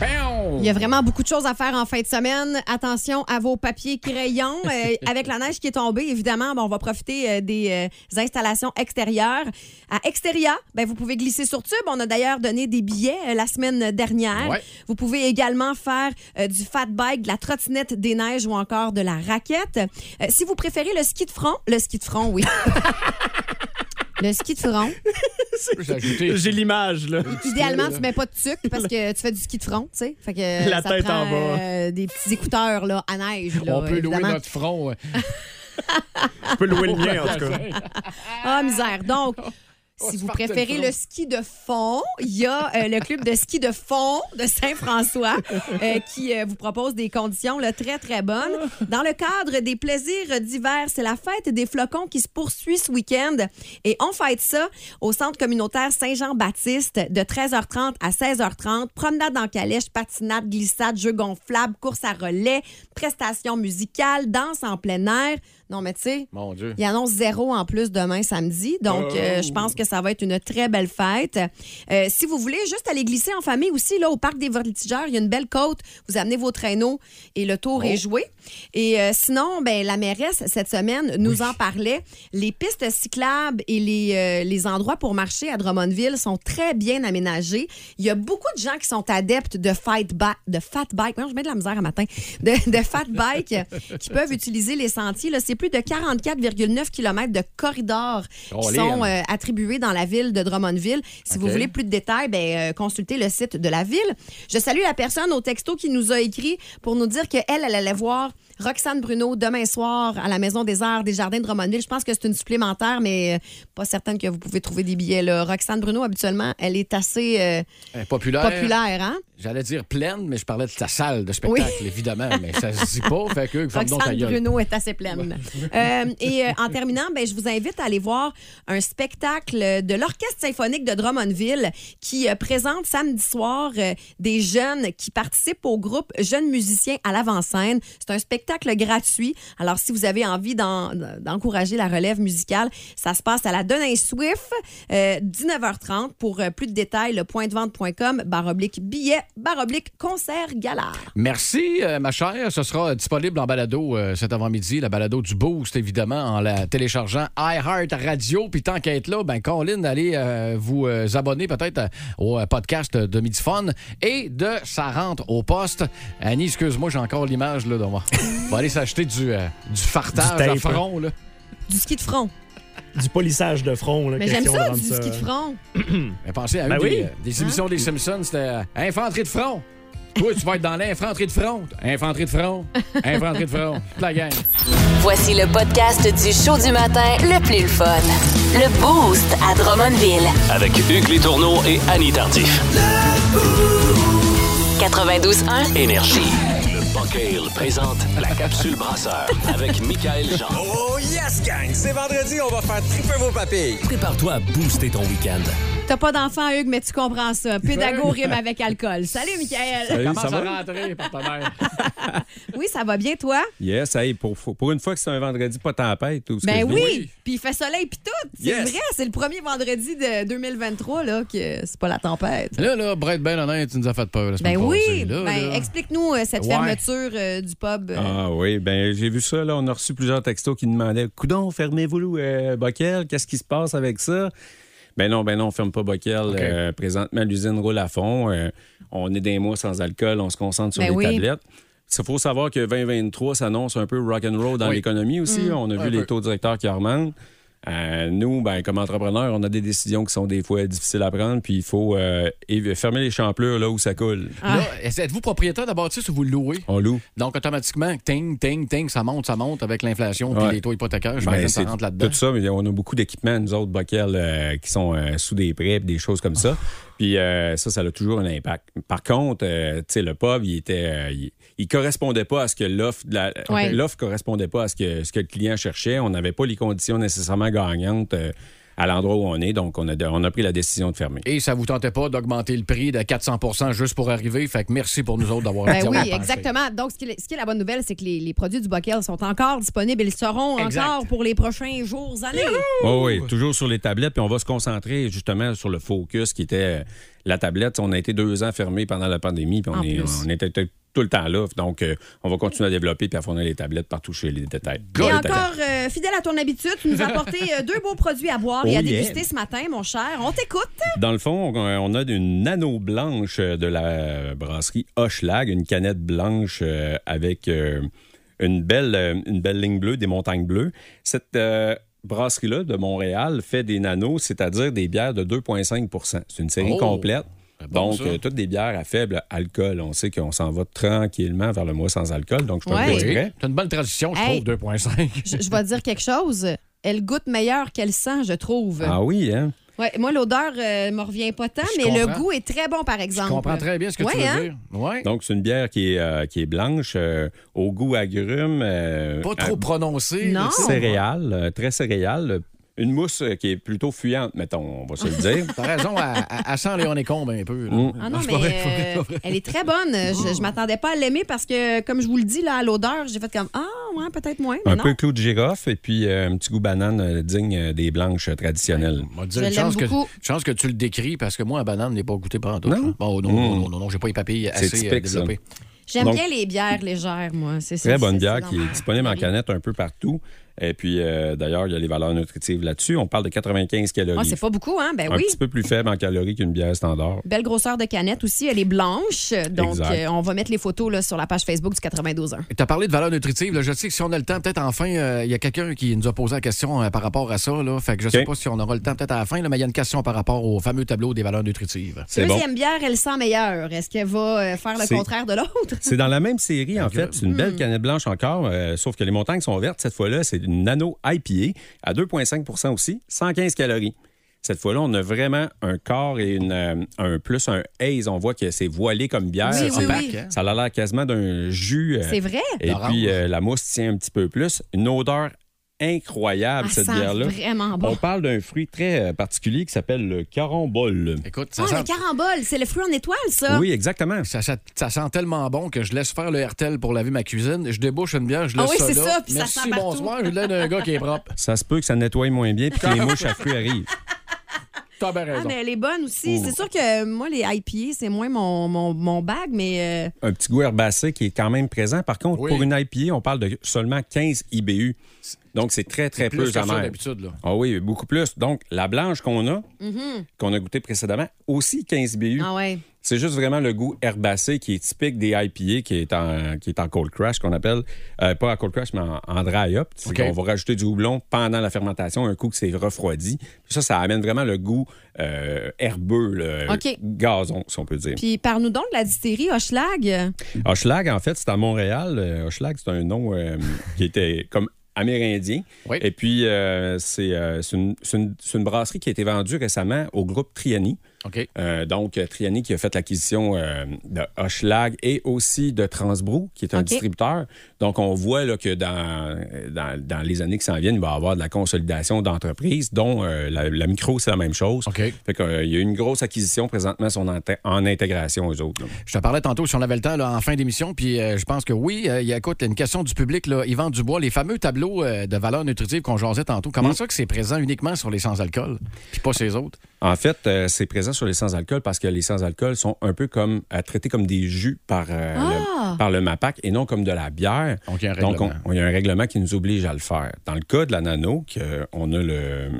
Pow!
Il y a vraiment beaucoup de choses à faire en fin de semaine. Attention à vos papiers crayons. Euh, avec la neige qui est tombée, évidemment, bon, on va profiter euh, des euh, installations extérieures. À Exteria, ben, vous pouvez glisser sur tube. On a d'ailleurs donné des billets euh, la semaine dernière.
Ouais.
Vous pouvez également faire euh, du fat bike, de la trottinette des neiges ou encore de la raquette. Euh, si vous préférez le ski de front, le ski de front, oui. le ski de front.
Juste ajouter.
J'ai l'image, là.
Idéalement, tu mets pas de sucre parce que tu fais du ski de front, tu sais. Fait que
La
ça
tête
prend,
en bas.
euh, des petits écouteurs là, à neige. là,
On peut louer
évidemment.
notre front. euh,
Je peux louer le mien, en tout cas.
Ah, misère. Donc,
On
si
se
vous
partait le
préférez
front.
le ski de fond, il y a euh, le club de ski de fond de Saint-François euh, qui euh, vous propose des conditions là, très, très bonnes. Dans le cadre des plaisirs d'hiver, c'est la fête des flocons qui se poursuit ce week-end. Et on fête ça au centre communautaire Saint-Jean-Baptiste de 13h30 à 16h30. Promenade en calèche, patinade, glissade, jeux gonflables, course à relais, prestations musicales, danse en plein air. Non, mais tu sais,
Mon Dieu.
il annonce zéro en plus demain samedi. Donc, euh, je pense que ça va être une très belle fête. Euh, si vous voulez juste aller glisser en famille aussi, là, au Parc des Voltigeurs, il y a une belle côte. Vous amenez vos traîneaux et le tour est joué. Et euh, sinon, ben, la mairesse, cette semaine, nous en parlait. Les pistes cyclables et les, euh, les endroits pour marcher à Drummondville sont très bien aménagés. Il y a beaucoup de gens qui sont adeptes de, fight ba- de fat bike. Voyons, je mets de la misère à matin. De, de fat bike euh, qui peuvent utiliser les sentiers. là. C'est plus de 44,9 km de corridors
Oh,
qui sont
Lynn.
euh, attribués dans la ville de Drummondville. Si vous
OK.
voulez plus de détails, ben, euh, consultez le site de la ville. Je salue la personne au texto qui nous a écrit pour nous dire qu'elle, elle allait voir Roxane Bruno demain soir à la Maison des Arts des Jardins de Drummondville. Je pense que c'est une supplémentaire, mais euh, pas certaine que vous pouvez trouver des billets. là. Roxane Bruno, habituellement, elle est assez euh,
Eh, Populaire.
populaire. Hein?
J'allais dire pleine, mais je parlais de ta salle de spectacle, évidemment. Mais ça se dit pas. Fait que, ferme donc ta
Roxane
gueule.
Bruno est assez pleine. Euh, et euh, en terminant, ben, je vous invite à aller voir un spectacle de l'Orchestre symphonique de Drummondville qui euh, présente samedi soir euh, des jeunes qui participent au groupe Jeunes musiciens à l'avant-scène. C'est un spectacle spectacle gratuit. Alors, si vous avez envie d'en- d'encourager la relève musicale, ça se passe à la Denain Swift, euh, 19h30. Pour euh, plus de détails, le pointdevente.com, barre oblique billet, barre oblique concert gala.
Merci, euh, ma chère. Ce sera disponible en balado euh, cet avant-midi, la balado du Boost, évidemment, en la téléchargeant iHeart Radio. Puis tant qu'à être là, ben, Colin, allez euh, vous euh, abonner peut-être euh, au euh, podcast de Midi Fun et de Sa rentre au poste. Annie, excuse-moi, j'ai encore l'image là de moi. On va aller s'acheter du, euh, du fartage
Du
à
tape,
front, là.
Du ski de front.
Du polissage de front. Là,
Mais j'aime
question de
ça,
rendre
du ski
euh,
de front.
Mais pensez à
Ben
une
oui.
des, euh, des émissions des Simpsons, c'était euh, Infanterie de front. Toi, tu vas être dans l'infanterie de front. Infanterie de front. Infanterie de front. Toute la gang.
Voici le podcast du show du matin le plus le fun. Le Boost à Drummondville.
Avec Hugues Létourneau et Annie Tardif.
92.1.
Énergie. Le Buck Ale présente la capsule brasseur avec Michael Jean.
Oh yes, gang! C'est vendredi, on va faire triper vos papilles.
Prépare-toi à booster ton week-end.
T'as pas d'enfant, Hugues, mais tu comprends ça. Pédago rime avec alcool. Salut, Michael.
Salut,
Commence
ça
à
va?
rentrer, partenaire.
Oui, ça va bien, toi?
Yes, hey, pour, pour une fois que c'est un vendredi pas tempête. Ou ce
Ben
que je
oui.
dis.
Puis il fait soleil, puis tout. C'est
Yes.
vrai, c'est le premier vendredi de 2023 là, que c'est pas la tempête.
Là, là, Brett, ben honnête, tu nous as fait peur la semaine
Ben oui,
passée. Là,
ben,
là.
explique-nous euh, cette
Ouais.
fermeture euh, du pub. euh,
Ah oui, ben j'ai vu ça, là. On a reçu plusieurs textos qui demandaient Coudon, fermez-vous le euh, Bockel, qu'est-ce qui se passe avec ça? Ben non, ben non, on ferme pas Bockel. Euh, présentement, l'usine roule à fond. Euh, on est des mois sans alcool, on se concentre sur
Ben
les
oui.
tablettes. Il faut savoir que 2023 s'annonce un peu rock'n'roll dans
Oui.
l'économie aussi.
Mm.
On a vu les
peu.
taux directeurs qui augmentent. Euh, nous, ben, comme entrepreneurs, on a des décisions qui sont des fois difficiles à prendre, puis il faut euh, évi- fermer les champlures là où ça coule.
Là, êtes-vous propriétaire de la bâtisse ou vous le louez?
On loue.
Donc, automatiquement, ting, ting, ting, ça monte, ça monte avec l'inflation puis
Ouais.
les taux hypothécaires. Je
Ben,
m'imagine que ça
c'est
rentre là-dedans.
Tout ça, mais on a beaucoup d'équipements, nous autres, Bockel, euh, qui sont euh, sous des prêts, pis des choses comme ça. Puis euh, ça, ça a toujours un impact. Par contre, euh, tu sais, le pub, il était, euh, il, il correspondait pas à ce que l'offre, de la-
Ouais.
l'offre correspondait pas à ce que, ce que le client cherchait. On n'avait pas les conditions nécessairement gagnantes euh, à l'endroit où on est, donc on a, on a pris la décision de fermer.
Et ça vous tentait pas d'augmenter le prix de 400 juste pour arriver. Fait que merci pour nous autres d'avoir
Ben
été
oui,
repensés.
exactement. Donc, ce qui, est, ce qui est la bonne nouvelle, c'est que les, les produits du Bockel sont encore disponibles. Ils seront
Exact.
encore pour les prochains jours, années.
Oh oui, toujours sur les tablettes, puis on va se concentrer justement sur le focus qui était euh, la tablette. On a été deux ans fermés pendant la pandémie, puis
En
on, est-
plus.
on était t- tout le temps là. Donc, euh, on va continuer à développer puis à fournir les tablettes partout chez les détails.
Et
Les
encore, euh, fidèle à ton habitude, tu nous as apporté euh, deux beaux produits à boire et
Oh
à
yeah.
déguster ce matin, mon cher. On t'écoute.
Dans le fond, on- euh, on a une anneau blanche euh, de la brasserie Hochelag, une canette blanche euh, avec euh, une, belle, euh, une belle ligne bleue, des montagnes bleues. Cette euh, brasserie-là de Montréal fait des nanos, c'est-à-dire des bières de 2,5 C'est une série
Oh!
complète.
Ah bon,
donc,
ça.
euh, toutes des bières à faible alcool. On sait qu'on s'en va tranquillement vers le mois sans alcool, donc je peux
Ouais.
vous
Oui,
dire.
C'est une bonne tradition, je
Hey.
trouve, 2,5.
Je, je vais te dire quelque chose. Elle goûte meilleur qu'elle sent, je trouve.
Ah oui, hein?
Ouais, moi, l'odeur ne me revient pas tant,
Je
mais le
comprends.
goût est très bon, par
Je
exemple.
comprends très bien ce que
Ouais,
tu veux
hein?
dire. Ouais.
Donc, c'est une bière qui est, euh, qui est blanche, euh, au goût agrume. euh,
Pas
à-
trop prononcé.
Non.
là, tu sais.
céréales, euh, très céréales. euh, Une mousse euh, qui est plutôt fuyante, mettons, on va se le dire.
T'as raison, à, à, à 100 Léon-Écombe un peu. là.
Mm.
Ah non, mais euh, elle est très bonne. Je, je m'attendais pas à l'aimer parce que, comme je vous le dis, là, à l'odeur, j'ai fait comme Ah, ouais, peut-être moins. Mais
Un
non.
peu clou de girofle et puis euh, un petit goût banane euh, digne euh, des blanches euh, traditionnelles.
On va te dire
Je
une
l'aime
chance que,
beaucoup.
une chance que tu le décris parce que moi, la banane, je n'ai pas goûté pendant tout.
Non?
hein. Bon, non,
Mm.
non, non, non, non, j'ai pas les papilles
C'est
assez euh,
typique, ça.
développées.
J'aime
Donc-
bien les bières légères, moi. C'est
Très
c'est-
bonne
c'est-
bière
c'est
qui
dans
est
ma-
disponible en canette un peu partout. Et puis, euh, d'ailleurs, il y a les valeurs nutritives là-dessus. On parle de 95 calories.
Ah, c'est pas beaucoup, hein? Ben
un
oui.
petit peu plus faible en calories qu'une bière standard.
Belle grosseur de canette aussi. Elle est blanche. Donc,
Exact.
euh, on va mettre les photos là, sur la page Facebook du 92.1.
Tu as parlé de valeur nutritive. là. Je sais que si on a le temps, peut-être enfin, euh, il y a quelqu'un qui nous a posé la question euh, par rapport à ça. Là. Fait que je sais
OK.
pas si on aura le temps peut-être à la fin, là, mais il y a une question par rapport au fameux tableau des valeurs nutritives.
C'est bon.
Deuxième bière, elle sent meilleure. Est-ce qu'elle va euh, faire le
C'est-
contraire de l'autre?
Euh,
C'est dans la même série, en fait. C'est une
Hmm.
belle canette blanche encore, euh, sauf que les montagnes sont vertes. Cette fois-là, c'est une nano IPA à 2,5 aussi, 115 calories. Cette fois-là, on a vraiment un corps et une, euh, un plus, un haze. On voit que c'est voilé comme bière.
Oui,
ça,
oui,
pa-
hein.
oui.
ça a l'air quasiment d'un jus. euh,
C'est vrai?
et
D'orange.
puis, euh, la mousse tient un petit peu plus. Une odeur incroyable,
Ah,
cette
ça sent
bière-là.
vraiment bon.
On parle d'un fruit très euh, particulier qui s'appelle le carambole.
Écoute, ça
Ah,
sent...
le carambole, c'est le fruit en étoile, ça.
Oui, exactement.
Ça, ça- ça sent tellement bon que je laisse faire le RTL pour laver ma cuisine. Je débouche une bière, je
Ah
laisse
oui,
ça
c'est
là.
ça, puis ça
Merci,
sent partout.
bonsoir. Je l'aide un gars qui est propre.
Ça se peut que ça nettoie moins bien puis que les mouches à fruits arrivent.
T'as bien
Ah,
raison.
mais elle est bonne aussi.
Ouh.
C'est sûr que euh, moi, les IPA, c'est moins mon, mon, mon bag, mais. euh,
Un petit goût herbacé qui est quand même présent. Par contre,
Oui.
pour une IPA, on parle de seulement 15 IBU. Donc, c'est très, très
Plus
peu
que ça
amer.
d'habitude, là.
Ah oui, beaucoup plus. Donc, la blanche qu'on a, qu'on a goûtée précédemment, aussi 15 BU.
Mhm. Ah ouais.
C'est juste vraiment le goût herbacé qui est typique des IPA, qui est en, qui est en cold crash, qu'on appelle. euh, pas en cold crash, mais en, en dry up.
OK.
On va rajouter du houblon pendant la fermentation, un coup que c'est refroidi. Puis ça, ça amène vraiment le goût euh, herbeux, le
OK.
gazon, si on peut dire.
Puis parle-nous donc de la distillerie Hochelag.
Hochelag, en fait, c'est à Montréal. Euh, Hochelag, c'est un nom euh, qui était comme amérindien.
Oui.
Et puis, euh, c'est euh, c'est une, c'est une- c'est une brasserie qui a été vendue récemment au groupe Triani.
OK.
Euh, donc, euh, Triani qui a fait l'acquisition euh, de Hochelag et aussi de Transbrou, qui est un
OK.
distributeur. Donc, on voit là, que dans, dans, dans les années qui s'en viennent, il va y avoir de la consolidation d'entreprises, dont euh, la, la micro, c'est la même chose.
OK.
Fait qu'il y a une grosse acquisition présentement sont en, en intégration, aux autres. là.
Je te parlais tantôt si on avait le temps là, en fin d'émission, puis euh, je pense que oui. Euh, il y a écoute, une question du public, là, Yvan Dubois, les fameux tableaux euh, de valeur nutritive qu'on jasait tantôt, comment
Mm.
ça que c'est présent uniquement sur les sans-alcool, puis pas sur les autres?
En fait, euh, c'est présent sur les sans-alcool parce que les sans-alcool sont un peu comme euh, traités comme des jus par, euh, le, par le MAPAC et non comme de la bière.
Donc, il y a un
Donc, on-
règlement.
on- il y a un règlement qui nous oblige à le faire. Dans le cas de la nano, que, euh, on a le,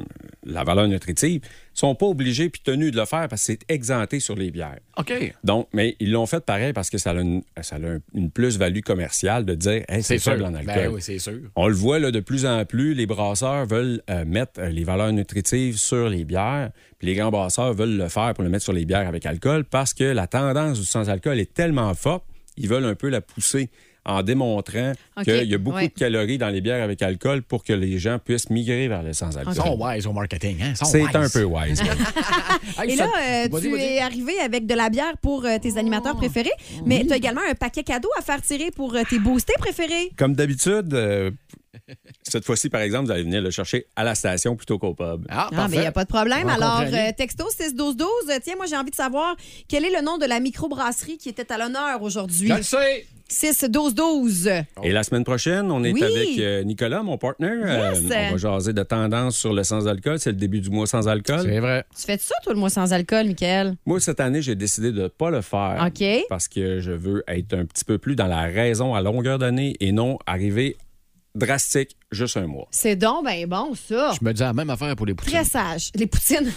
la valeur nutritive, ils sont pas obligés puis tenus de le faire parce que c'est exempté sur les bières.
OK.
Donc, mais ils l'ont fait pareil parce que ça a une, ça a un- une plus-value commerciale de dire Hey, c'est faible en alcool.
Ben oui, c'est sûr.
On le voit là, de plus en plus, les brasseurs veulent euh, mettre euh, les valeurs nutritives sur les bières, puis les grands brasseurs veulent le faire pour le mettre sur les bières avec alcool parce que la tendance du sans-alcool est tellement forte, ils veulent un peu la pousser en démontrant
OK,
qu'il y a beaucoup
ouais.
de calories dans les bières avec alcool pour que les gens puissent migrer vers le
Ils
sans-alcool.
sont wise au marketing, hein? Ils sont
C'est
wise.
un peu wise. oui.
Hey,
Et
Ah, ça-
là, euh,
Vas-y, Oh.
tu
vas-y.
es arrivé avec de la bière pour euh, tes animateurs préférés, mais tu as également un paquet cadeau à faire tirer pour euh, tes boostés préférés.
Comme d'habitude, euh, cette fois-ci, par exemple, vous allez venir le chercher à la station plutôt qu'au pub.
Ah,
Ah, mais
parfait.
il n'y a pas de problème.
On va
Alors,
comprendre.
euh, texto 61212, euh, tiens, moi, j'ai envie de savoir quel est le nom de la microbrasserie qui était à l'honneur aujourd'hui.
Je le sais.
61212.
Oh. Et la semaine prochaine, on est
Oui.
avec euh, Nicolas, mon partner. Euh,
Yes.
on va jaser de tendance sur le sans-alcool. C'est le début du mois sans-alcool.
C'est vrai.
Tu fais ça, toi, le mois sans alcool, Michael?
Moi, cette année, j'ai décidé de ne pas le faire.
OK.
Parce que je veux être un petit peu plus dans la raison à longueur d'année et non arriver drastique juste un mois.
C'est donc ben bon, ça.
Je me dis la même affaire pour les poutines.
Très sage. Les poutines.